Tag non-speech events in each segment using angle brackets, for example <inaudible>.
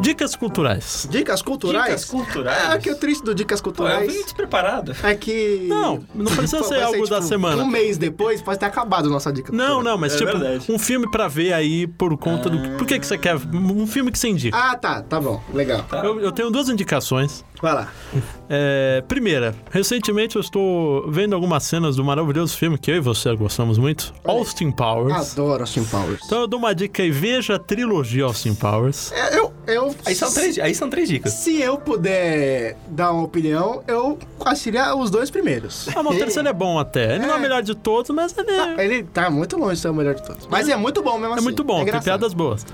Dicas culturais. Dicas culturais? Dicas culturais? É, Ah, que o triste do Dicas Pô, eu culturais vim despreparado. é que... Não, <laughs> não precisa Pô, ser vai algo da semana. Um mês depois pode ter acabado nossa dica Não, cultural. não, mas É tipo, verdade. um filme pra ver aí por conta do. Por que, que você quer? Um filme que você indica. Ah, tá, tá bom. Legal. Eu, eu tenho duas indicações. Vai lá. É, primeira, recentemente eu estou vendo algumas cenas do maravilhoso filme que eu e você gostamos muito, Austin Powers. Adoro Austin Powers. Então eu dou uma dica aí, veja a trilogia Austin Powers. É, eu, eu... Aí são três, aí são três dicas. Se eu puder dar uma opinião, eu assistiria os dois primeiros. Ah, mas o terceiro é bom até. Ele não é o É. melhor de todos, mas ele é, <laughs> Ele tá muito longe de ser o melhor de todos. Mas é muito bom mesmo é assim. muito bom, tem engraçado. piadas boas.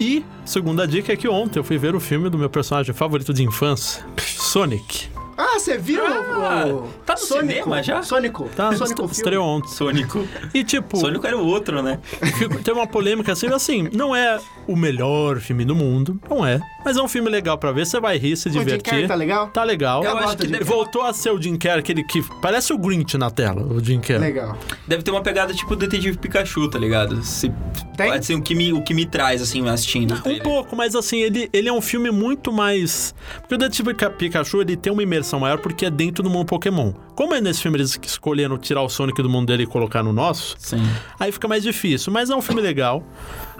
E, segunda dica é que ontem eu fui ver o filme do meu personagem favorito de infância, Sonic. Ah, você viu? Ah, o... tá no cinema já? Sônico. Tá? Sônico filme. Estreou ontem. Sônico. E tipo, Sônico era o outro, né? Fico- Tem uma polêmica assim, assim, não é o melhor filme do mundo, não é. Mas é um filme legal pra ver, você vai rir, se O Jim Carrey divertir. tá legal? Tá legal. Eu acho que Ele deve- Voltou a ser o Jim Carrey, aquele que parece o Grinch na tela, o Jim Carrey. Legal. Deve ter uma pegada tipo Detetive Pikachu, tá ligado? Se, Tem? Pode ser o que, me, o que me traz, assim, assistindo. o Um trailer. pouco, mas assim, ele, ele é um filme muito mais. Porque o Detetive Ca- Pikachu ele tem uma imersão maior porque é dentro do mundo Pokémon. Como é nesse filme eles escolheram tirar o Sonic do mundo dele e colocar no nosso, Sim. Aí fica mais difícil, mas é um filme legal.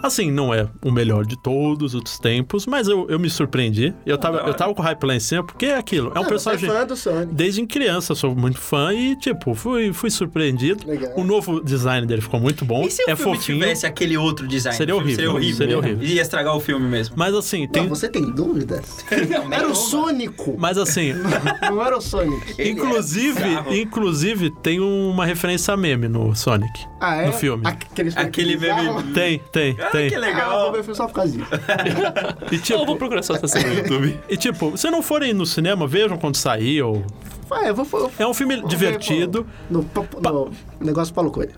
Assim, não é o melhor de todos os tempos, mas eu, eu me surpreendi. Eu tava, da hora. eu tava com o hype lá em cima, porque é aquilo. É um Ah, personagem. Você é fã do Sonic. Desde criança, sou muito fã e, tipo, fui, fui surpreendido. Legal. O novo design dele ficou muito bom. E se o é filme fofinho. tivesse aquele outro design? Seria O filme horrível, seria horrível. Ia estragar o filme mesmo. um Mas assim, tem. Não, você tem dúvidas? Não, Era nenhuma. o Sônico. Mas assim. Não era o Sonic. Ele é Inclusive, bizarro. inclusive, tem uma referência a meme no Sonic. Ah, é? No filme. Aquele, Aquele meme. Ah, Tem, tem, Ah, tem. que eu vou legal. ver o filme só por causa disso. E eu tipo, vou procurar essa cena no YouTube. <laughs> e, tipo, se não forem no cinema, vejam quando sair ou Vai, eu vou... eu É um filme vou divertido, ver No, no, no negócio Paulo Coelho.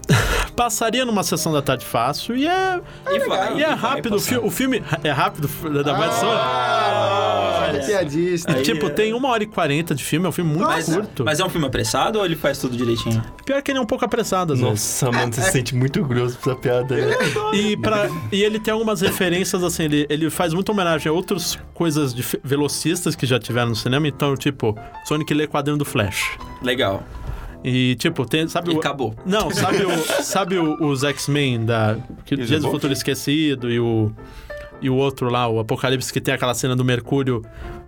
passaria numa sessão da tarde fácil e é. E vai. e é rápido, o, fi- o filme é rápido da ah, Ah, olha. piadista. Então, Aí- Tipo, é. tem uma hora e quarenta de filme, é um filme muito Mas, curto. mas é um filme apressado ou ele faz tudo direitinho? Pior que ele é um pouco apressado, às vezes. Nossa, mano, <laughs> É. você se sente muito grosso pra essa piada. né? E, pra, e ele tem algumas referências, assim, ele, ele faz muita homenagem a outras coisas de fe- velocistas que já tiveram no cinema. Então, tipo, Sonic lê quadrinho do Flash. Legal. E, tipo, tem, sabe E o. acabou. Não, sabe, o, sabe o- os X-Men da. que- Dias do Evolve? Futuro Esquecido e o. E o outro lá, o Apocalipse, que tem aquela cena do Mercúrio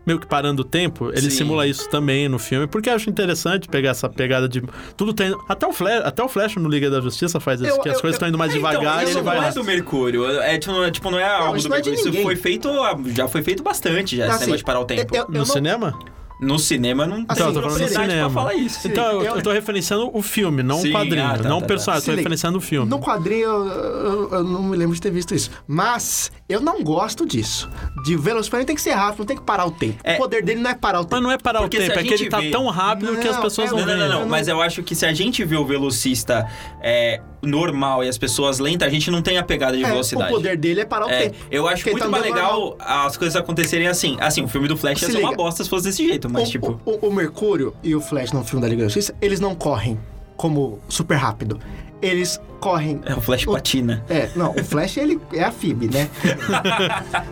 meio que parando o tempo, ele Sim. simula isso também no filme, porque eu acho interessante pegar essa pegada de. Tudo tem. Até o Flash, até o Flash no Liga da Justiça faz isso, Eu- que as eu- coisas estão indo mais É, devagar então, e isso ele vai. não é do Mercúrio. É, tipo, não é- tipo, não é algo isso do não é de Mercúrio. isso ninguém. foi feito. Já foi feito bastante, já, esse Assim, negócio de parar o tempo. Eu, eu No não- cinema? No cinema não Assim, Então, eu tô tem falando do propriedade pra cinema. falar isso. Então, eu, Eu- eu tô referenciando o filme, não Sim, o quadrinho, ah, tá, não tá, o tá. personagem, Se eu tô liga. referenciando o filme. No quadrinho, eu, eu- eu não me lembro de ter visto isso. Mas eu não gosto disso. De velocidade tem que ser rápido, não tem que parar o tempo. O É. poder dele não é parar o tempo. Mas não é parar Porque o se tempo, a é que ele gente tá vê- tão rápido que as Não, pessoas é- não Não, não, veem. não, não, mas eu acho que se a gente vê o velocista é, normal e as pessoas lentas, a gente não tem a pegada de É, velocidade. o poder dele é parar o É, tempo. eu acho Porque muito tá mais andando normal. legal as coisas acontecerem assim. Assim, o filme do Flash ia Se ser uma liga. bosta se fosse desse jeito, mas o, tipo. o- o Mercúrio e o Flash no filme da Liga da Justiça, eles não correm como super rápido. Eles correm. É, o Flash patina. É, não, o Flash ele é a <laughs> FIB, né?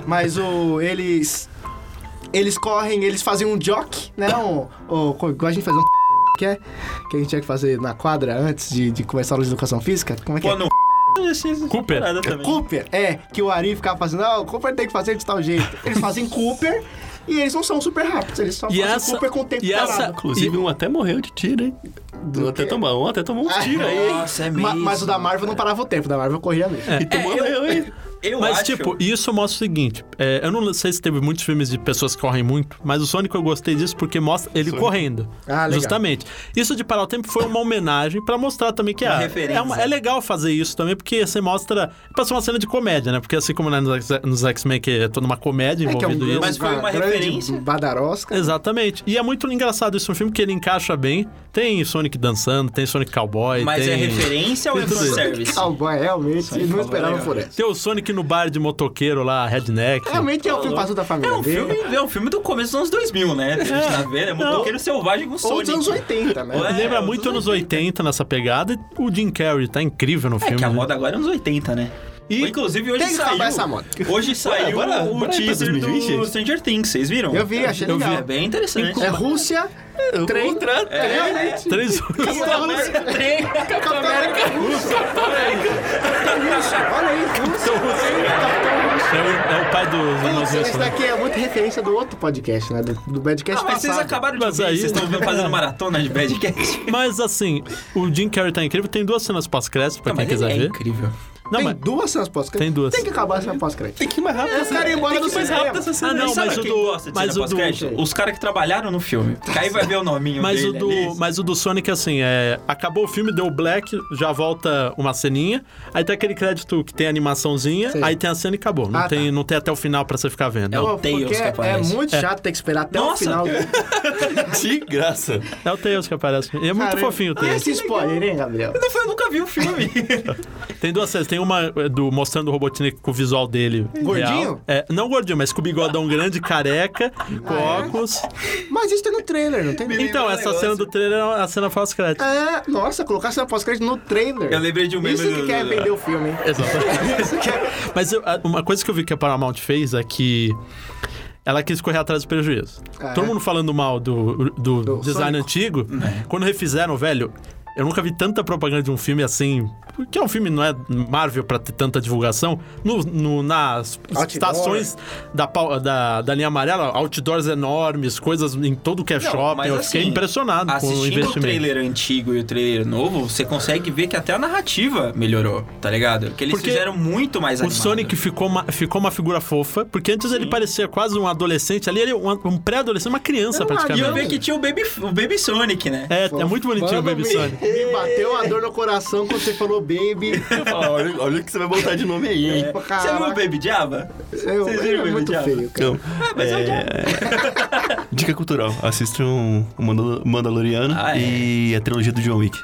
Mas o eles eles correm, eles fazem um jock, né? Um, um, co- igual a gente fazia um que é que a gente tinha que fazer na quadra antes de, de começar a aula de educação física. Como é que Pô, é? não. Cooper. Parada também. Cooper, é, que o Ari ficava fazendo, ah, o Cooper tem que fazer de tal jeito. Eles fazem Cooper e eles não são super rápidos, eles só E fazem essa- Cooper com o tempo e essa- parado. Inclusive, um até morreu de tiro, hein? Um até, quê? tomou, um até tomou uns tiros aí. hein? Nossa, é Ma- mas o da Marvel não parava o tempo, o da Marvel corria mesmo. É. E tomou eu- eu, hein? Eu Mas, acho- tipo, isso mostra o seguinte: é, eu não sei se teve muitos filmes de pessoas que correm muito, mas o Sonic eu gostei disso porque mostra ele correndo. Ah, legal. Justamente. Isso de parar o tempo foi uma homenagem pra mostrar também que ah, referência. é, uma- é legal fazer isso também, porque você mostra. Passou uma cena de comédia, né? Porque assim como né, nos X- nos X-Men, que é toda uma comédia é envolvendo isso. Mas foi uma grande referência. Tá Badarosca. Exatamente. E é muito engraçado isso, um filme que ele encaixa bem. Tem Sonic dançando, tem Sonic Cowboy, Mas é tem- referência ou é tem tudo isso. fanservice? Cowboy, realmente, não falou, esperava legal. por essa. Tem um o Sonic no bar de motoqueiro lá, redneck. Realmente é o filme pra toda a família. É um dele. filme, é um filme do começo dos anos 2000, né? A gente tá vendo, é motoqueiro selvagem com Ou Sonic. dos anos 80, né? Ué, Lembra É, os muito anos anos 80 nessa pegada. e O Jim Carrey tá incrível no É filme. que a né? moda agora é anos 80, né? E Inclusive, hoje Tem que saiu. salvar essa moda. Hoje saiu bora- o bora aí pra teaser 2020? do Stranger Things, vocês viram? Eu vi, achei Eu legal. vi, é bem interessante. É Rússia, trem, é, realmente. três Rússia, Rússia, Capitão América, Rússia, Rússia, olha aí, Rússia, Capitão Rússia. <laughs> é, o, é o pai dos <laughs> irmãos Putz, Russo, Isso né? daqui é muito referência do outro podcast, né? Do, do Ah, Badcast mas vocês passado. acabaram de Mas ver, aí- tá- vocês estão fazendo maratona de Badcast. Mas assim, o Jim Carrey tá incrível. Tem duas cenas pós-crédito pra Não, quem mas quiser é ver. incrível. Não, Tem mas. duas cenas pós-crédito. Tem duas. Tem que acabar a cena pós-crédito. Tem que ir mais rápido. É, Os caras iam É, embora do mais cinema. rápido essa cena. Ah, não, E sabe mas o quem do- gosta de mas cena o do- pós-crédito? Os caras que trabalharam no filme. Aí vai ver o nominho Mas o, dele do, ali. mas o do Sonic, assim, é. Acabou o filme, deu black, já volta uma ceninha. Aí tem aquele crédito que tem a animaçãozinha, Sim. aí tem a cena e acabou. Não, Ah, tem, não tem até o final pra você ficar vendo. É o- não. Pô, Tails porque que é aparece. muito chato ter que esperar até o Nossa! final. Ah. De graça. É o Tails que aparece. E é muito Cara, fofinho o Olha Tails. Ah, esse spoiler, hein, Gabriel? Não foi, eu nunca vi <laughs> o filme. Tem duas cenas. Tem uma é, do mostrando o Robotnik com o visual dele. Gordinho? Ah, é? Real. É, não gordinho, mas com o bigodão grande, careca, com óculos. Mas isso tem no trailer, não tem? Então, essa cena do trailer é a cena pós-crédito. É, nossa, colocar cena pós-crédito no trailer. Eu lembrei de um meme Isso que do- quer do- vender o filme, hein? <laughs> Exatamente. Isso que é... Mas eu- a- uma coisa que eu vi que a Paramount fez é que ela quis correr atrás do prejuízo. Ah, Todo é? mundo falando mal do, do, Do Uhum. É. design antigo, quando refizeram, velho. Eu nunca vi tanta propaganda de um filme assim. Porque é um filme, não é Marvel pra ter tanta divulgação. No, no- nas Outdoor. estações da, pau- da, da linha amarela, outdoors enormes, coisas em todo que é Não, shopping. mas Eu fiquei assim, impressionado com o Assistindo o investimento. trailer antigo e o trailer novo, você consegue ver que até a narrativa melhorou, tá ligado? Que eles Porque fizeram muito mais O animado. Sonic ficou uma, ficou uma figura fofa, porque antes ele parecia quase um adolescente ali, ele é um, um pré-adolescente, uma criança Não, E eu praticamente. vi que tinha o Baby, o Baby Sonic, né? É, é muito bonitinho o Mano, Baby me- Sonic. Me bateu a dor no coração quando você falou baby. Ah, olha, olha o que você vai botar de nome É. aí, hein? Pô, É. Você viu o caraca. Baby Java? Eu, ele Vocês viram é o muito Diabo? feio, cara. Então, Ah, é... Dica cultural. Assiste um um Mandal- Mandaloriano Ah, é. e a trilogia do John Wick.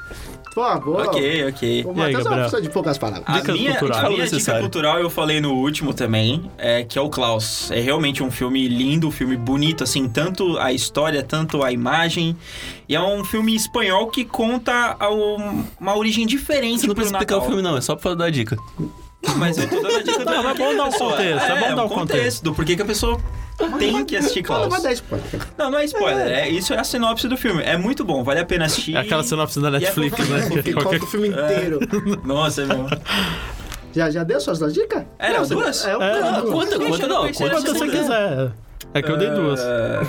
Por favor. Ok, Ah, ok. E O aí, Matheus é uma Gabriel? pessoa de poucas palavras. A Dicas minha, culturais. a minha dica Fala necessário. cultural eu falei no último também, é, que é o Klaus. É realmente um filme lindo, um filme bonito, assim, tanto a história, tanto a imagem. E é um filme espanhol que conta a um- uma origem diferente Você pro não precisa explicar Natal. o filme, não. É só pra dar a dica. Não, mas eu tô dando a dica do Não, mas é bom dar o contexto, é bom dar o contexto. um do porquê que a pessoa tem que assistir Fala, Klaus. vai dar spoiler. <laughs> Não, não é spoiler, é, isso é a sinopse do filme. É muito bom, vale a pena assistir. É aquela sinopse da E é Netflix, fofinho, né? fofinho. Que Ele conta qualquer- o É. filme inteiro. Nossa, é meu. Já, já deu suas duas dicas? Era Não, você- duas? Ah, É, É, duas. Conta, Deixa conta, não. depois você Conta Quando você segunda. quiser. É que eu dei duas. Ah,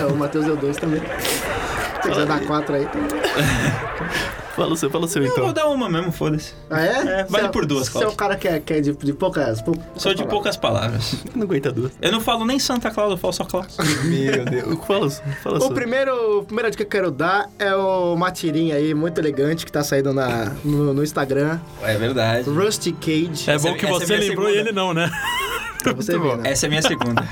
É, o Matheus deu dois também. Se quiser dar quatro aí. Então. Fala o seu, fala o seu, Eu vou então. dar uma mesmo, foda-se. Ah, é? É, vale Você é- por duas, Você é Klaus. um cara que é, que é de, de poucas. pou- poucas Sou de palavras. poucas palavras. Não aguenta duas. Eu não falo nem Santa Claus, eu falo só Claus. Meu Deus. Fala, o seu, fala o O seu. primeiro, a primeira dica que eu quero dar é o- uma tirinha aí muito elegante que tá saindo na, no, no Instagram. É verdade. Rusty Cage. É Essa bom é- que essa é você minha lembrou e segunda. é ele não, né? pra você ver, né? Essa é a minha <laughs> segunda.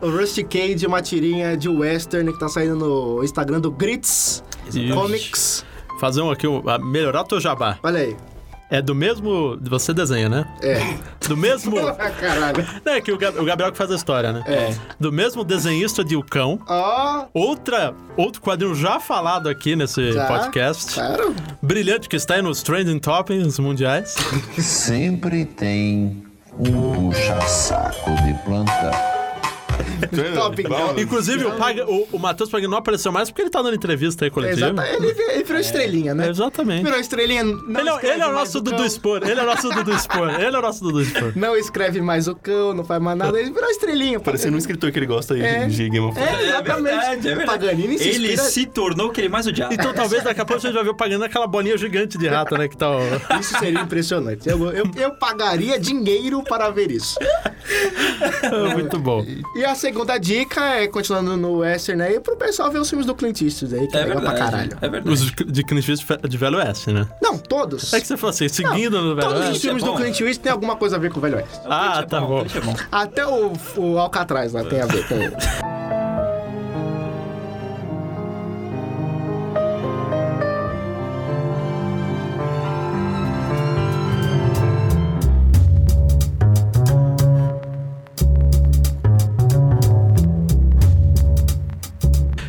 O Rusty Cage, uma tirinha de western que tá saindo no Instagram do Grits Isso. Comics. Fazer um aqui, um, a melhorar teu jabá. Olha aí. É do mesmo. Você desenha, né? É. Do <laughs> mesmo. <laughs> Caralho. É que o, Gab- o Gabriel que faz a história, né? É. Do mesmo desenhista de O Cão. Ó, Outra, outro quadrinho já falado aqui nesse Já? podcast. claro. Brilhante que está aí nos trending toppings <laughs> mundiais. Sempre tem um puxa-saco de plantão. Top então. Gun. Inclusive, o, Pag... o, o Matheus Pagano não apareceu mais porque ele tá dando entrevista aí coletiva. Exata- Ele, vi- ele virou estrelinha, né? É. Exatamente. Virou estrelinha. Não Ele, é, escreve ele é o mais nosso Dudu cão. Expor. Ele é o nosso Dudu Expor. Ele é o nosso Dudu Expor. Não escreve mais o cão, não faz mais nada. Ele virou estrelinha. Parecendo um escritor que ele gosta aí É. de Game of Thrones. É, exatamente. Paganini se Ele inspira- se tornou o que ele mais odiava. Então talvez daqui a pouco a gente vai ver o Pagano naquela bolinha gigante de rato, né? Que tá. o- Isso seria impressionante. Eu, eu, eu pagaria dinheiro para ver isso. É <laughs> Muito bom. E a segunda dica é, continuando no Western aí, pro pessoal ver os filmes do Clint Eastwood aí, que é, É legal verdade. pra caralho. É verdade. Os de Clint Eastwood de Velho Oeste, né? Não, todos. É que você falou assim, seguindo no Velho Todos os Oeste. filmes é do bom. Clint Eastwood tem alguma coisa a ver com o Velho Oeste. Ah, É tá bom. é bom. Até o, o Alcatraz lá tem a ver com...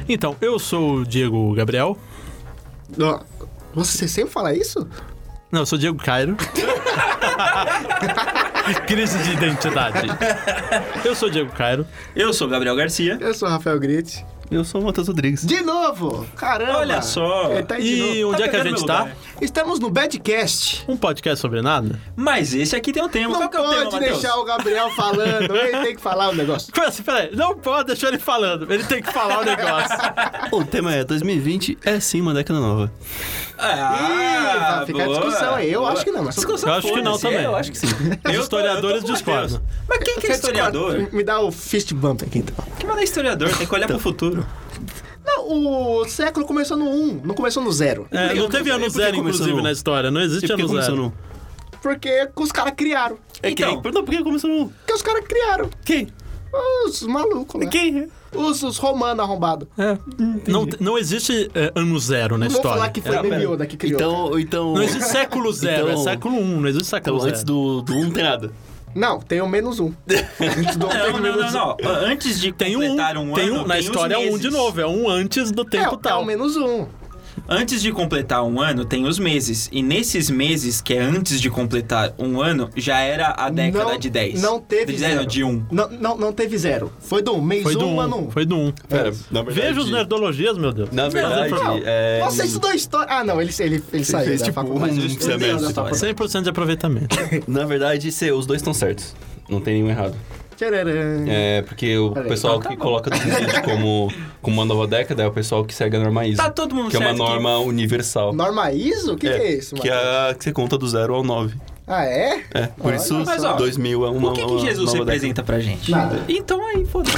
Então, eu sou o Diego Gabriel. Ó, Você sempre fala isso? <laughs> Não, eu sou o Diego Cairo. Crise de identidade. Eu sou Diego Cairo. Eu sou o Gabriel Garcia. Eu sou o Rafael Gritti. É. Eu sou o Matheus Rodrigues. De novo! Caramba! Olha só. Ele tá aí de E novo. onde Tá é que a pegando gente meu tá? lugar. Estamos no Badcast. Um podcast sobre nada? Mas esse aqui tem um tema. Não Qual que é o tema, pode Matheus? deixar o Gabriel falando. Ele tem que falar o negócio. Peraí, peraí, não pode deixar ele falando. Ele tem que falar <laughs> o negócio. O tema é 2020 é sim uma década nova. <laughs> Ah, vai ficar discussão aí. Eu acho que não, mas- Discussão Eu acho que não foda-se, também. <laughs> Eu acho que sim. Os Eu tô- historiadores eu tô com o discordam. Matheus. Mas quem que é Você historiador? discorda? Me dá o fist bump aqui, então. Que mano é historiador? Tem que olhar pro Tá. futuro. Não, o século começou no 1, não começou no 0. É, não teve ano por que zero, começou inclusive, no- na história. Não E existe por que ano começou zero. no? Porque os caras criaram. É Então. quem? Não, por que começou no? Porque os caras criaram. Quem? Os malucos lá. Quem? Os, os romanos arrombados. É. Não, não existe é, ano zero na Não vou história. falar que foi Ah, é, pera. Bemioda que criou. Então, então. Não existe século zero, Então- é século um, não existe século Então, zero. antes do, do 1 não tem nada. Não, tem o menos <laughs> um. Antes do- tem Não, o não, menos não, um. não. Antes de Tem um, completar um, tem um, ano, na tem os história é um de meses. novo, é um antes do É, tempo é tal. o menos um. Antes de completar um ano, tem os meses. E nesses meses, que é antes de completar um ano, já era a década Não- de 10. Não teve de 10, não, zero. de 1. Não, não, não teve zero. Foi do um, mês Foi do um, um, ano um. foi do um. Pera, É, na verdade. Veja os nerdologias, meu Deus. Na verdade, Não, é. Nossa, estudou história. Ah, não, ele, ele, ele saiu fez, da tipo, faculdade. um Ele saiu semestre. da faculdade. 100% de aproveitamento. Na verdade, cê, os dois estão certos. Não tem nenhum errado. Tcharam. É, porque o Peraí, pessoal então tá que bom. coloca 2020 como, como uma nova década é o pessoal que segue a norma ISO. Tá todo mundo Que é uma certo que- norma universal. Norma ISO? O que, que é isso, Que mano? é a que você conta do 0 ao 9. Ah, é? É, por Olha isso Mas, ó, 2000 é uma O que, que uma Jesus nova representa pra gente? Nada. Então aí, foda-se.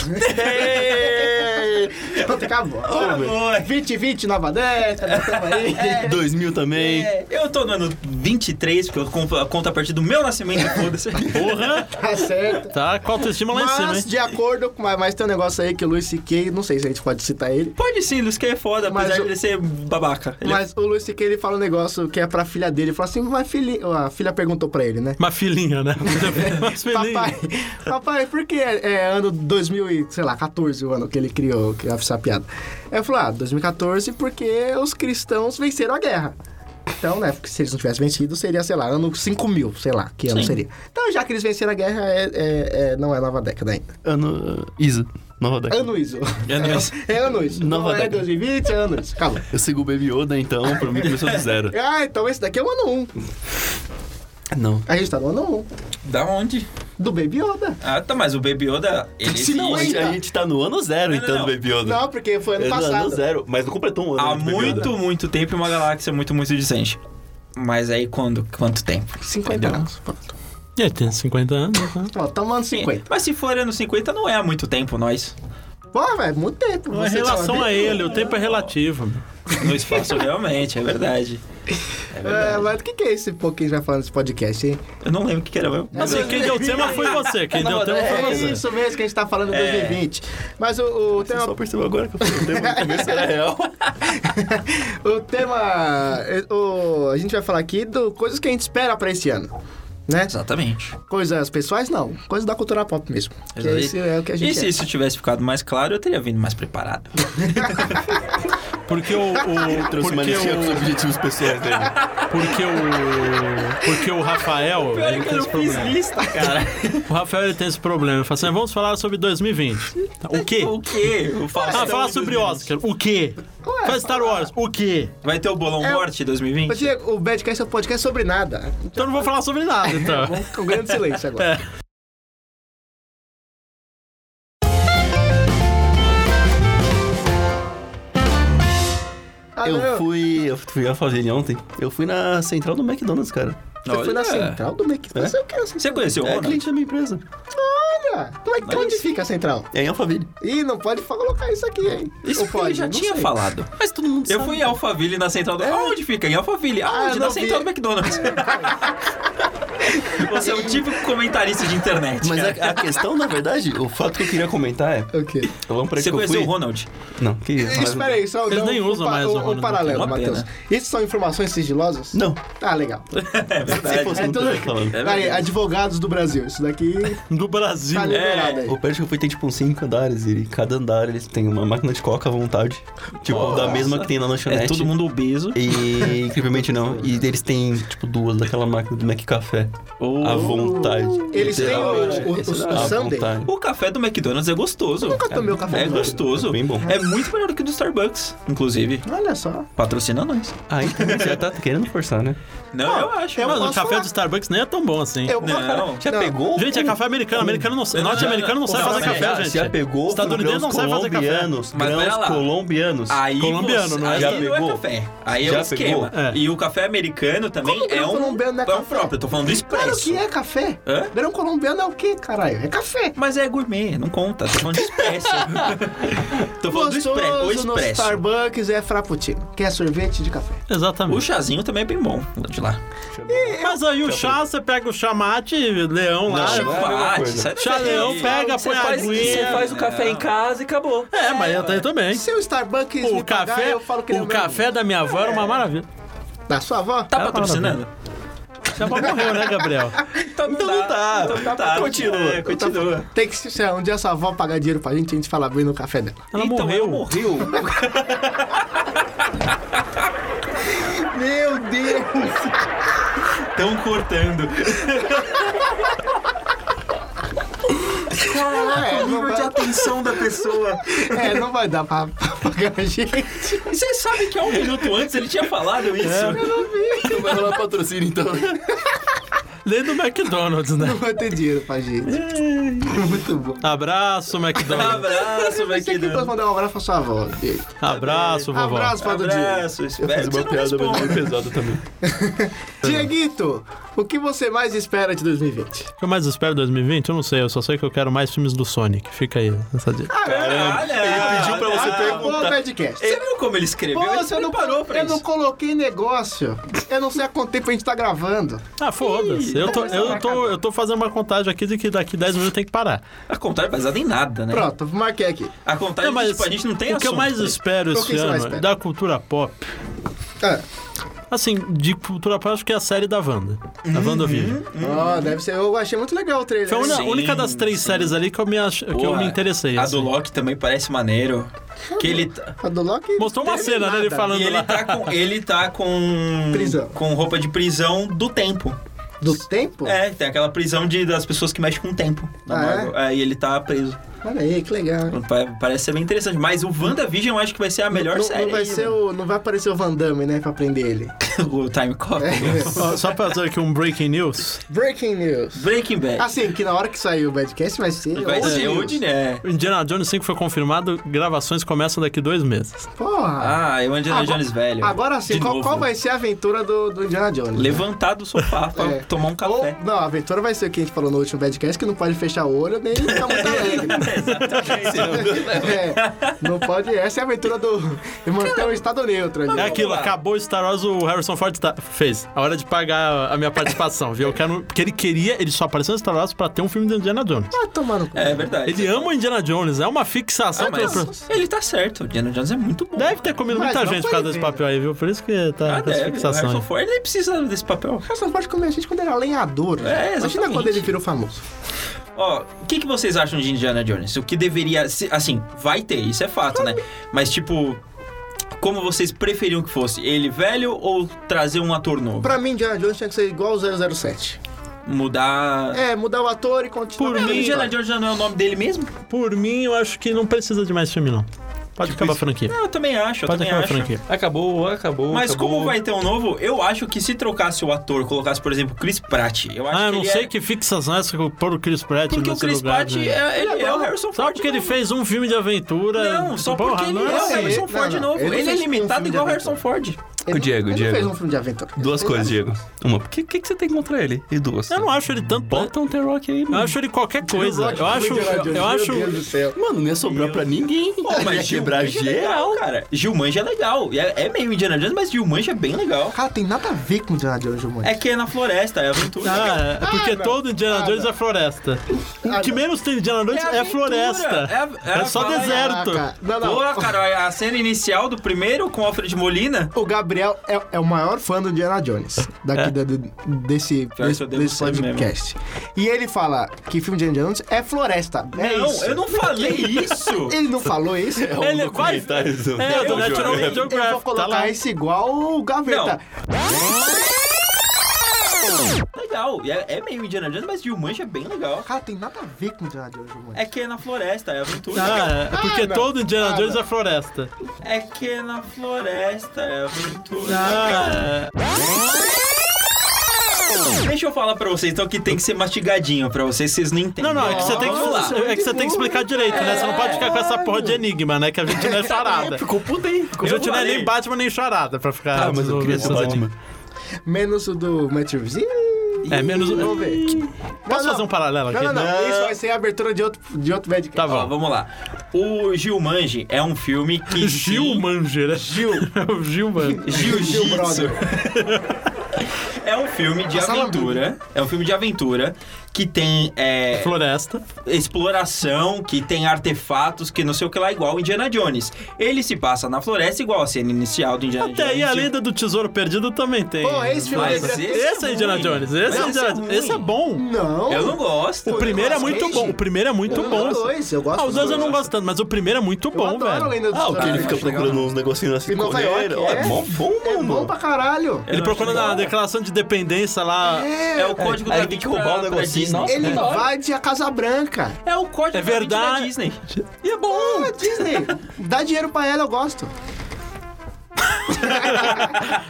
Pronto, <laughs> acabou. Ora, boa. 2020, nova década, tamo aí. década. 2000 também. É, eu tô no ano 23, porque eu com- conto a partir do meu nascimento, foda-se. Porra, Tá certo. tá com a autoestima lá em cima, Mas, né? hein? de acordo com... Mas, mas tem um negócio aí que o Luiz C.K., não sei se a gente pode citar ele, Pode sim, Luiz, que é foda, Mas apesar o- de ele ser babaca. Ele mas o Luiz C.K., ele fala um negócio que é pra filha dele. Ele fala assim, mas filhinha... A filha perguntou pra ele, né? Uma filhinha, né? Uma filhinha. Papai, papai, por que é, é ano 2000 e, sei lá, 14 o ano que ele criou que essa piada? Eu falei, ah, 2014 porque os cristãos venceram a guerra. Então, né, porque se eles não tivessem vencido, seria, sei lá, ano 5000, sei lá, que ano Sim. seria. Então, já que eles venceram a guerra, é, é- é- não é nova década ainda. Ano. ISO. Nova década. Ano ISO. É nóis. É ano ISO. Nova não é década. 2020, é ano ISO. Calma. Eu sigo o Baby Yoda, então, pra mim começou do <laughs> zero. Ah, então esse daqui é o ano 1. Não. A gente tá no ano Da onde? 1 do Baby Yoda. Ah, tá, mas o Baby Yoda, ele Se não, A existe gente, a gente tá no ano zero, Não, não, então, não. do Baby Yoda. Não, porque foi ano É no passado. ano zero, mas não completou um ano. há né, do Baby Yoda. muito, muito tempo em uma galáxia muito, muito distante. Mas aí quando? Quanto tempo? 50 Entendeu? anos. Pronto. E aí, É, tem 50 anos, né? Ó, tamo ano 50. Mas se for ano 50, não é há muito tempo, nós. Pô, velho, muito tempo. Em Então Você é relação sabe. a ele, o tempo é relativo. meu. No <laughs> espaço, realmente, é verdade. É É, verdade. mas o que, que é esse pouco que a gente vai falar nesse podcast, hein? Eu não lembro o que que era meu. Assim, quem deu o tema foi você. Quem deu o tema é foi você. isso mesmo que a gente tá falando em 2020. Mas o, o Você tema. só percebeu agora que eu falei o tema no começo era real. <laughs> O tema. é, o- a gente vai falar aqui do coisas que a gente espera pra esse ano. Né? Exatamente. Coisas pessoais, não. Coisas da cultura pop mesmo. Que Exato. esse é o que a E gente. se isso tivesse ficado mais claro, eu teria vindo mais preparado. Porque o. o Trouxe uma porque listinha com os o. objetivos pessoais dele. <laughs> Porque o. Porque o Rafael. Pior é ele que tem eu não esse fiz problema. lista, cara. O Rafael ele tem esse problema. Ele fala assim: vamos falar sobre 2020. Tá, O quê? O quê? Eu falo Ah, falar sobre Oscar. O quê? Ué, Faz Star Wars. O quê? Vai ter o Bolão É. Morte Ô, 2020? Diego, o Badcast é um podcast sobre nada. Então eu não vou falar sobre nada, então. Vamos com um grande silêncio agora. É. Ah, não, Eu fui. Eu fui a Faville ontem. Eu fui na central do McDonald's, cara. Você foi na Olha. central do Mac. Você, o que assim, é a Você central? conheceu o É Ronald? cliente da minha empresa. Olha, como é que onde fica a central? É em Alphaville. Ih, não pode colocar isso aqui, hein? Isso Ou porque eu já Não tinha sei. É. falado. Mas todo mundo Eu fui em Alphaville na central do. Aonde fica? Em Alphaville. Ah, eu <laughs> Aonde? não na central vi. do McDonald's. Você é o típico comentarista de internet. Mas é cara. a, a questão, na verdade, o fato que eu queria comentar é. Ok. O Lomprex Você que eu conheceu fui. o Ronald? Não, que isso. mas- Espera aí, só Eles dá um- nem um usam pa- mais o um- um Ronaldo, paralelo, uma Matheus. Isso são informações sigilosas? Não, Ah, legal. É se verdade. fosse É não tudo estaria bem. falando. Cara, É verdade. advogados do Brasil, isso daqui Do Brasil. É. tá liberado aí. O prédio que eu fui tem tipo uns 5 andares e cada andar eles têm uma máquina de coca à vontade. Tipo, da mesma que tem na lanchonete. É todo mundo obeso. E incrivelmente não. E eles têm, tipo, duas daquela máquina do Mac Café. Oh. Ah, À vontade. Uh, Eles têm o- Literalmente. o- o- Esse o dá à Sundae? vontade. O café do McDonald's é gostoso. Eu nunca tomei o café É do McDonald's. gostoso. É bem bom. É muito melhor do que o do Starbucks, inclusive. Olha só. Patrocina nós. Ah, então você tá querendo forçar, né? Não, eu acho. é uma- Mano, o posso café falar? do Starbucks nem é tão bom assim. Eu- Não. Já Não. pegou? Gente, é café americano. Americano não Não, Norte-americano não não, sabe não, fazer não, café, não, gente. Já pegou? Estadunidense grãos não sabe fazer café. colombianos, Mas pera grãos lá. colombianos. Aí Colombiano, você, não é? aí Já não pegou? é café. Aí é Já o esquema. pegou? É. E o café americano também Como que é não, um, colombiano não é é um café? próprio. Eu tô falando do Claro expresso. que é café. Hã? Verão colombiano é o quê, caralho? É café. Mas é gourmet, não conta. Tô falando <laughs> de expresso. tô falando do expresso. O Gostoso no expresso. Starbucks é frappuccino, que é sorvete de café. Exatamente. O chazinho também é bem bom. Vou de lá. Mas aí o chá, você pega o chamate, leão lá. Não, não. é a mesma Chocolate, coisa. sai daí. Chá leão, pega, Você põe a faz, você aguinha. faz o café em casa e Tá acabou. É, mas eu tenho também. Se o Starbucks O me pagar, café, eu falo que ele é o meu café da minha avó era uma maravilha. amigo. Da sua avó? Tá patrocinando? Minha avó morreu, né, Gabriel? Então não tá. Então não tá. Continua, É, Tá- continua. Tem que, se um dia sua avó pagar dinheiro pra gente, a gente fala bem no café dela. Ela então, morreu. ela morreu. <laughs> Meu Deus! Estão cortando. É, não vai, atenção da pessoa. <laughs> é, não vai dar pra pra pagar a gente. E você sabe que há um minuto antes ele tinha falado isso. vai rolar patrocínio então. Nem do McDonald's, né? Não vai ter dinheiro pra gente. Muito bom. Abraço, <laughs> McDonald's. Abraço, Mas tem que Maquidão. mandar um abraço pra sua avó. Diego. Abraço, vovó. Abraço pra do Diego. Abraço, Eu espero fiz que você uma não piada, mas responda. Tá muito pesada também. Dieguito, o que você mais espera de 2020? O que eu mais espero em 2020? Eu não sei, eu só sei que eu quero mais filmes do Sonic. Fica aí, essa <laughs> Ah, dica. Caramba, ele pediu pra você Acabou o Ah, podcast. Você viu como ele escreveu? Pô, ele você se não preparou pra eu isso. não coloquei negócio. Eu não sei há quanto tempo a gente tá gravando. Ah, foda-se. Eu tô, eu, tô, eu tô fazendo uma contagem aqui de que daqui 10 minutos tem que parar. A contagem é baseada em nada, né? Pronto, marquei aqui. A contagem, Não, mas tipo, a gente não tem O que eu assunto mais pra espero Então, o que esse você mais ano espera? é da cultura pop. Ah, Assim, de cultura pop, acho que é a série da Wanda. A Uhum. WandaVision. Hum. ó, deve ser. Eu achei muito legal o trailer. Foi a una- Sim, única das três sim. séries ali que eu me, ach... que eu Porra, me interessei. A assim. do Loki também parece maneiro. Que ele tá... A do Loki. Mostrou uma cena, né? Ele Terminada. falando E ele lá. tá com... Ele tá com... Prisão. Com roupa de prisão do tempo. Do tempo? É, tem aquela prisão de, das pessoas que mexem com o tempo. da Ah, Marvel. É, e ele tá preso. Olha aí, que legal. hein? Pa- Parece ser bem interessante. Mas o WandaVision eu acho que vai ser a melhor não, série. Não vai, aí, ser o, não vai aparecer o Van Damme, né? Pra prender ele. né? <laughs> o Time É. Cop. né? Ó, Só pra fazer aqui um breaking news. Breaking news. Breaking Bad. Assim, que na hora que sair o podcast vai ser. vai old ser news. hoje, né? Indiana Jones 5 foi confirmado, gravações começam daqui dois meses. Porra. Ah, é o Indiana Agora- Jones velho. Agora sim, De qual, novo. né? qual vai ser a aventura do, do Indiana Jones? Levantar do sofá pra É. tomar um <laughs> Ou- café. não, a aventura vai ser o que a gente falou no último podcast, que não pode fechar o olho nem ficar muito <laughs> alegre. né? <laughs> É, não pode. Essa é a aventura do. e manter o estado neutro ali. É aquilo, acabou Star Wars, o Harrison Ford tá- fez. A hora de pagar a minha participação, viu? Eu quero, porque ele queria, ele só apareceu no Star Wars pra ter um filme do Indiana Jones. Ah, tomar no cu. É verdade. Ele ama o Indiana Jones, é uma fixação. Ah, pelo mas ele tá certo. O Indiana Jones é muito bom. Deve ter comido Mas muita não gente por foi causa desse bem, né? papel aí, viu? Por isso que tá Ah, com essa deve. O fixação. Harrison aí. Ford nem precisa desse papel. Harrison Ford comia a gente quando era lenhador. É, né? Imagina exatamente. quando ele virou famoso. Ó, o que, que vocês acham de Indiana Jones? O que deveria. se- Assim, vai ter, isso é fato, né? Mas, tipo, como vocês preferiam que fosse? Ele velho ou trazer um ator novo? Pra mim, Indiana Jones tinha que ser igual ao 007. Mudar. É, mudar o ator e continuar. Por Ah, É, mas mim, Indiana Jones já não é o nome dele mesmo? Por mim, eu acho que não precisa de mais filme, não. Pode acabar a franquia. Ah, eu também acho, eu Pode também acabar a acho. franquia. Acabou, acabou. Mas acabou. como vai ter um novo, eu acho que se trocasse o ator, colocasse, por exemplo, Chris Pratt, eu acho Ah, eu que não ele sei é... que fixação é essa que eu pôr o Chris Pratt Porque o nesse Chris lugar, Pratt né? é, ele é o Harrison Só Ford. porque ele novo. fez um filme de aventura. Não, só Porra, porque ele não é o assim. ele- Harrison Ford não, não, novo. ele não Ele, é fez um limitado filme de igual o Harrison Ford. Ele- Diego, ele Diego. fez um filme de aventura. Duas Ele- coisas, Diego. Uma, por que, que, que você tem contra ele? E duas. Eu não acho ele tanto. Bota um The Rock aí, Eu mano. acho ele qualquer coisa. Eu acho. Eu acho. Meu Deus do céu. Mano, não ia sobrar pra ninguém. Pô, mas ia quebrar Gilmanji é geral. legal, cara. Gilmanji é legal. E É, é meio Indiana Jones, mas Gilmanji é bem legal. Cara, tem nada a ver com o Indiana Jones, Gilmão. É que é na floresta, é aventura. Ah, é porque Ah, não. todo Indiana Ah, Jones não. é floresta. O Ah, que não. menos tem Indiana Jones é, aventura, floresta. É, É só vai- deserto. Caraca. Não, não. Boa, cara, a cena inicial do primeiro com Alfred Molina. O Gabriel é, é o maior fã do Indiana Jones, daqui da- do- desse, que desse, eu devo desse ser mesmo. podcast. E ele fala que filme de Indiana Jones é floresta. É não, isso. eu não falei isso. <laughs> Ele não falou isso? um Ele é quase- documentário do- É, o do do Natural Geographic. Geographic. Eu vou tá lá. colocar isso igual o Gaveta. Legal, e é, é meio Indiana Jones, mas Gilmanji é bem legal. Cara, tem nada a ver com o Indiana Jones, mano. É que é na floresta, é aventura. Ah, é porque Ah, não. todo Ah, Indiana não. Jones é floresta. É que é na floresta, é aventura. Ah, Deixa eu falar pra vocês, então, que tem que ser mastigadinho pra vocês, vocês não entendem. não, não, é que você tem que, Vamos lá. é que, você tem que explicar direito, né? Você não pode ficar com essa porra de enigma, né? Que a gente não é charada. Ficou puto aí. A Ficou gente não é falei. nem Batman nem charada pra ficar. Ah, mas eu queria resolvendo essas Batman. Menos o do Matt Reeves. Ih, É, menos. Vamos ver. Posso não. fazer um paralelo Não, aqui? não, não. Isso vai ser a abertura de outro, de outro podcast. Tá Ó, bom. vamos lá. O Gilmanji é um filme <laughs> que... Gil Manger. é Gil. É <laughs> o Gil Manger. Gil Jiu-Jitsu. Brother. <laughs> é um filme de Passava aventura. É um filme de aventura que tem é, Floresta. exploração, que tem artefatos, que não sei o que lá, igual o Indiana Jones. Ele se passa na floresta, igual a cena inicial do Indiana Até Jones. aí a lenda do tesouro perdido também tem. Pô, esse filme Mas é- esse, Esse é ruim. Indiana Jones. Mas Esse é Indiana Jones. ruim. Esse é bom. Não. Eu não gosto. O primeiro é muito bom. O primeiro é muito eu bom. gosto dois, eu gosto Ah, os dos dois eu dois. não gosto tanto, mas o primeiro é muito Eu bom, adoro a velho. Lenda dos Ah, o que ele Tesourões. fica procurando uns negocinhos assim tá Em Nova York, Ó, é. É mó bom, É mano. bom pra caralho. Ele não procura acho na legal. declaração de dependência lá. É o código Aí da tem Vinci que roubar pra- um pra Disney. negocinho. Nossa, Ele é. invade a Casa Branca. É o código É da Vinci da verdade. Disney. E é bom. Ah, Disney, dá dinheiro pra ela, eu gosto.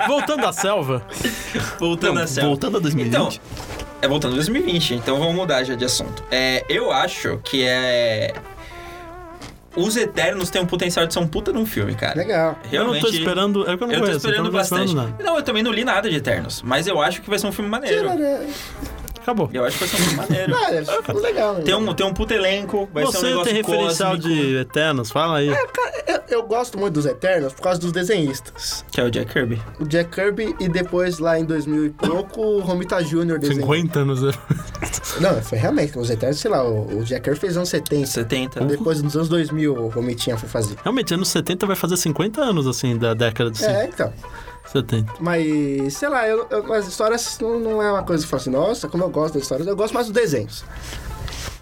Voltando à selva. Voltando a sério. Voltando a 2020. Então, é voltando a 2020, então vamos mudar já de assunto. É, eu acho que é. Os Eternos têm um potencial de ser um puta num filme, cara. Legal. Eu não Realmente, tô esperando. É que eu não Eu tô conheço. então esperando eu não tô bastante. esperando nada. não, eu também não li nada de Eternos, mas eu acho que vai ser um filme maneiro. Acabou. Eu acho que vai ser um filme <laughs> maneiro. Ah, deve ser legal. né? Tem um, tem um puto elenco, vai ser um Você negócio tem referencial cósmico, de Eternos? Fala É, aí. É, Eu, eu gosto muito dos Eternos por causa dos desenhistas. Que é o Jack Kirby. O Jack Kirby e depois, lá em 2000 e pouco, o Romita Jr. desenhou. 50 anos. é. Não, foi realmente. Os Eternos, sei lá, o, o Jack Kirby fez anos 70. 70. Depois, nos anos 2000, o Romitinha foi fazer. Realmente, anos 70 vai fazer 50 anos, assim, da década de É, então. 70. Mas, sei lá, eu, eu- as histórias não, não é uma coisa que eu falo assim, nossa, como eu gosto das histórias. Eu gosto mais dos desenhos.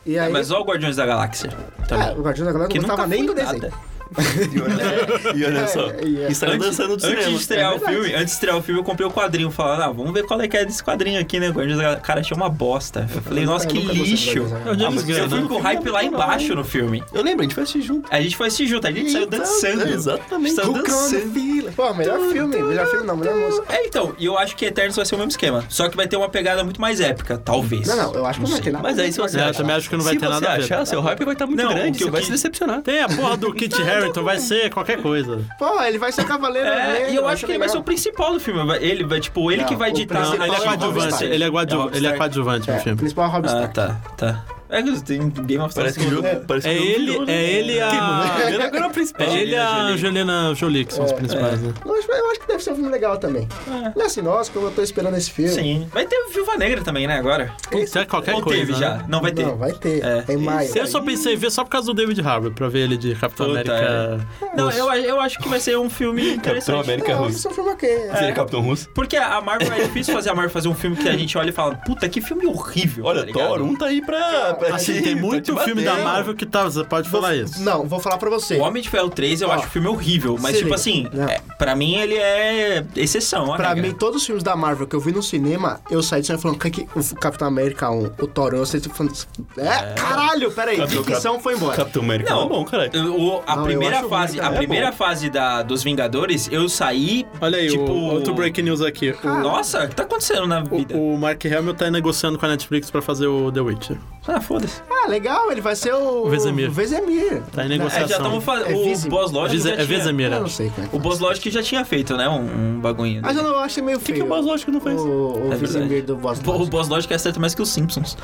E aí... É, Mas olha o Guardiões da Galáxia. Também. é, o Guardião da Galáxia que não nunca gostava nem do foi desenho. nada. E olha, e olha É, só. é, é. E saiu dançando do antes de estrear cinema. É o filme, antes de estrear o filme, eu comprei o quadrinho, falando, ah, vamos ver qual é que é desse quadrinho aqui, né? Guardiões da Galáxia. Cara, achei uma bosta. Eu falei, nossa, Eu que nunca gostei Ah, lixo. do Guardiões da É o Galáxia. James Gunn, Eu fui né? com o hype lá embaixo no filme. Eu lembro, a gente foi assistir junto. A gente foi assistir junto, a gente saiu Então, dançando. Exatamente. Saiu dançando. Pô, melhor filme. Melhor filme não, melhor música. É, então, e eu acho que Eternos vai ser o mesmo esquema. Só que vai ter uma pegada muito mais épica, talvez. Não, não, eu acho que não vai sei. ter nada. Mas aí se você É, eu acha- também acho que não vai se ter você nada a ver. achar, seu hype vai estar muito Não, o grande, que eu você vai quis- se decepcionar. Tem a porra do <laughs> Kit então Harington, vai ser qualquer coisa. Pô, ele vai ser Cavaleiro É, Negro, e eu vai acho que ele vai legal. ser o principal do filme. vai- Ele vai, tipo, ele Não, que vai o ditar. principal Ele é Fala de coadjuvante, Rockstar. ele é, coadju- É ele é Rockstar. coadjuvante no É, filme. principal Robstar. Ah, tá, tá. É que tem Game of Thrones. Parece que jogo. Parece É que jogo ele- virou, é né? ele a- <laughs> Que Tipo, momento, Agora é o principal. É ele e a Angelina Angelina Jolie, que são É, os principais, né? Eu acho, eu acho que deve ser um filme legal também. Não é assim, nossa, como eu tô esperando esse filme. Sim. Vai ter Viúva Negra também, né, agora? Putz, é qualquer Ou coisa. teve né? já? Não, vai ter. Não, vai ter. É. É em maio. Eu só pensei em ver só por causa do David Harbour, pra ver ele de Capitão Puta, é. América. Não, eu, eu acho que vai ser um filme é Capitão interessante. América Não, Russo. esse é um filme ok. É. Seria Capitão Russo? Porque a Marvel é difícil fazer a Marvel fazer um filme que a gente olha e fala, puta, que filme horrível. tá Olha, ligado? Thor, um tá aí pra. pra Assim, te- tem pra muito te filme da bater. Marvel que tá. Você pode falar isso. Não, vou falar pra você. O Homem de Ferro 3 eu Ó, acho o filme horrível, mas se tipo liga. assim, Não. é, pra mim ele é exceção. a Pra regra. mim, todos os filmes da Marvel que eu vi no cinema, eu saí do cinema falando que, que o Capitão América 1, o Thor, eu saí falando... É, caralho, peraí, Capitão- ficção foi embora. Capitão América Não. Tá é bom, caralho. O- o- a Não, eu primeira acho fase, ruim, a cara. É primeira fase da, dos Vingadores, eu saí. Olha aí, tipo, o, outro break news aqui. O- Ah. Nossa, o que tá acontecendo na vida? O, o Mark Hamill tá negociando com a Netflix pra fazer o The Witcher. Ah, foda-se. Ah, legal, ele vai ser o. O Vezemir. O Vezemir. Tá em É, negociação. já estamos É fazendo. o Vizimir. Boss Logic. já É tinha- Vezemir. Eu não sei como é que O faz. Boss Logic já tinha feito, né? Um, um bagulho. Mas eu não acho meio feio. que o Boss Lógico não fez? O, o É verdade. Vezemir do Boss O Logic. Boss Logic acerta mais que os Simpsons.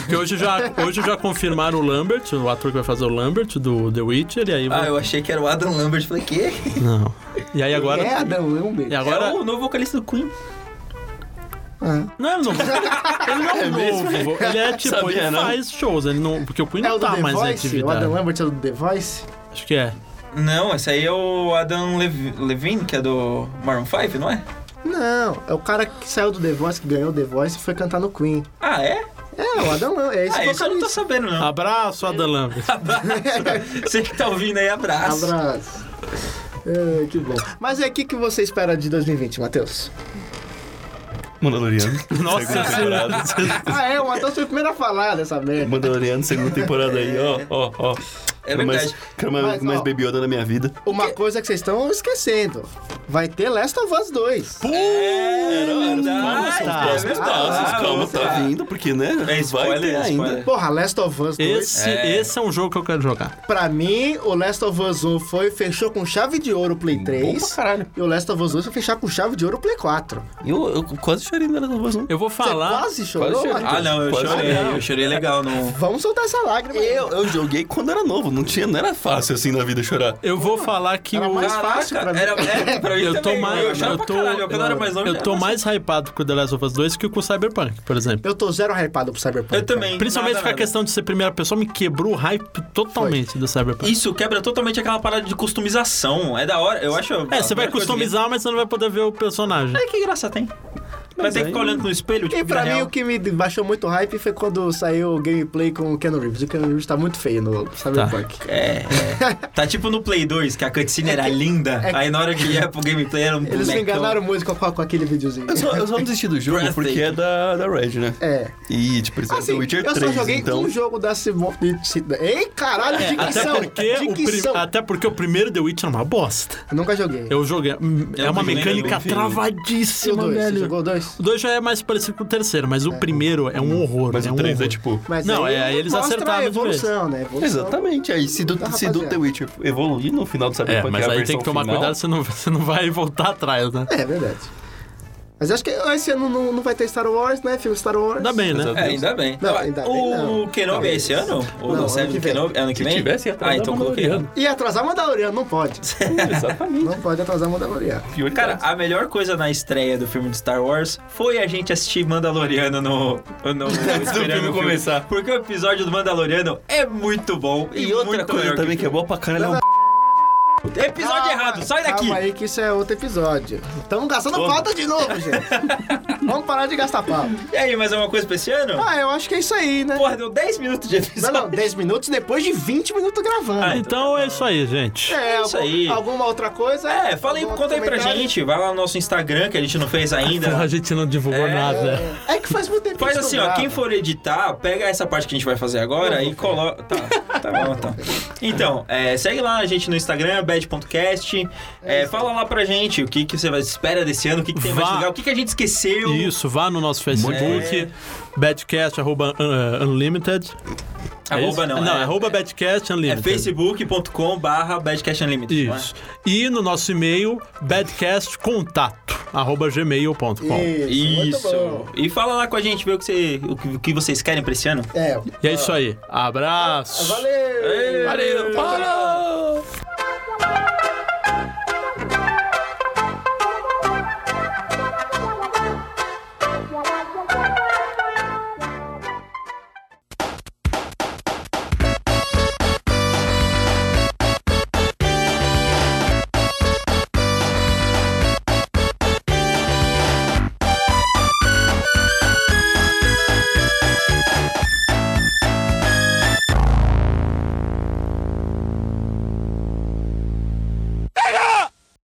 Porque hoje já, hoje já confirmaram o Lambert, o ator que vai fazer o Lambert do The Witcher, e aí... vão- Ah, eu achei que era o Adam Lambert. Falei, quê? Não. E aí agora... tá É Adam Lambert. E agora... É o novo vocalista do Queen. É. Não, ele não. Ele não é novo. Ele é tipo, Sabia, ele não? faz shows, ele não. Porque o Queen É não o do tá The mais em Voice? O atividade. Adam Lambert é o do The Voice? Acho que é. Não, esse aí é o Adam Lev- Levine, que é do Maroon 5, não é? Não, é o cara que saiu do The Voice, que ganhou o The Voice e foi cantar no Queen. Ah, é? É, o Adam <laughs> Lambert. É esse ah, isso eu não tô vocalista. sabendo, não. Abraço, Adam Lambert. Você que tá ouvindo aí, abraço. Abraço. É, que bom. Mas é o que, que você espera de 2020, Matheus? Mandaloriano. <laughs> Nossa Segunda temporada. Ah, é, o Matheus foi o primeiro a falar dessa merda. Mandaloriano, segunda temporada aí, ó, ó, ó. É Quero mais- verdade. Quero mais, Mas, mais ó. Baby Yoda na minha vida. Uma coisa é que vocês estão esquecendo: vai ter Last of Us 2. verdade, tá. é verdade. Passos, calma, você- tá vindo, porque, né? É vai ter spoiler, é ainda. spoiler. Porra, Last of Us 2. Esse é. esse é um jogo que eu quero jogar. Pra mim, o Last of Us 1 foi, fechou com chave de ouro o Play 3. caralho. E o Last of Us 2 foi fechar com chave de ouro o Play 4. Eu, eu quase chorei na Last of Us 1. Eu vou falar. Você é quase chorou, quase chorou. Matheus? Ah, não, eu Pode chorei. ser. Eu chorei legal no... Vamos soltar essa lágrima. Eu, eu joguei quando era novo, não, tinha, não era fácil assim na vida chorar. Eu vou falar que Era o. mais fácil pra mim. Era, é, pra mim Eu tô também. mais. Eu choro pra tô, caralho. Quando eu era mais novo, eu já tô era mais hypado com o The Last of Us 2 que com o Cyberpunk, por exemplo. Eu tô zero hypado pro Cyberpunk. Eu também. Principalmente nada, porque a nada. questão de ser primeira pessoa me quebrou o hype totalmente do Tá. Cyberpunk. Isso quebra totalmente aquela parada de customização. É da hora, eu acho. É, você vai customizar, mas você não vai poder ver o personagem. É, que graça tem. Vai ter que ficar olhando no espelho, é. tipo, E pra vida mim, real. o que me baixou muito hype foi quando saiu o gameplay com o Keanu Reeves. O Keanu Reeves tá muito feio no Cyberpunk. É, é. Tá tipo no Play 2, que a cutscene era linda, é que- aí na hora que ia pro gameplay era um Eles me bonecão. enganaram muito com, com aquele videozinho. Eu só, eu só não desisti do jogo porque é da, da Red, né? É. E, tipo, eles Assim, eram do Witcher eu 3, só joguei então... um jogo da Simone... Ei, caralho, É, até dicção! porque, o prim- dicção. até porque o primeiro The Witch é uma bosta. Nunca joguei. Eu joguei. hum, Eu é uma também, mecânica enfim. E o travadíssima, dois? Você velho. jogou o dois? O 2 já é mais parecido com o terceiro, mas o primeiro é um horror. Mas é o um 3 horror. é, tipo... Mas Não, aí é, aí eles mostra acertaram a de evolução, né? Evolução. Exatamente, aí se do, Da se do rapaziada. The Witcher evoluir no final do É, Cyberpunk, mas que é a aí tem versão que tomar final, cuidado, você não, <laughs> você não vai voltar atrás, né? É verdade. Mas acho que esse ano não, não vai ter Star Wars, né? Filme Star Wars. Ainda bem, né? Exato. É, ainda bem. Não, ainda bem, o não. Kenobi é esse ano? Ou ano não, sério, que o vem. Kenobi é ano que Se vem? tivesse, ia Ah, atrasar então o coloquei Mandaloriano. errado. E atrasar Mandalorian, não pode. Exatamente. Não pode atrasar Mandalorian. Pior que Cara, tá. a melhor coisa na estreia do filme de Star Wars foi a gente assistir Mandaloriano no. no, <laughs> no Antes do filme começar. Porque o episódio do Mandaloriano é muito bom. E, E outra muito coisa melhor também que que é boa pra caralho é um... Episódio Calma, errado, sai calma daqui! aí que isso é outro episódio. Estamos gastando Porra. pauta de novo, gente. Vamos parar de gastar pauta. E aí, mais alguma coisa pra esse ano? Ah, eu acho que é isso aí, né? Porra, deu 10 minutos de Não, episódio. não, 10 minutos depois de 20 minutos gravando. Ah, Então é isso aí, gente. é, isso algum- aí. alguma outra coisa? É, fala aí, Algum conta aí pra comentário? gente. Vai lá no nosso Instagram, que a gente não fez A ainda. gente não divulgou É. nada. É que faz muito tempo Faz que a gente assim, não ó, grava. quem for editar, pega essa parte que a gente vai fazer agora e coloca. Tá, tá bom, então. Então, é, segue lá a gente no Instagram, bad.cast. É, fala lá pra gente o que, que você vai- espera desse ano, o que, que tem mais Vá. legal, o que, que a gente esqueceu. Isso, vá no nosso Facebook, badcast, arroba, uh, unlimited. É Arroba isso? não. Não, é, arroba badcast, é, unlimited. facebook.com barra badcast unlimited. não é? Isso. E no nosso e-mail, badcastcontato, arroba gmail.com. Isso, muito Isso. bom. E fala lá com a gente, vê o que, você- o que- o que vocês querem pra esse ano. É, E é isso aí. Abraço. valeu! Valeu. Falou.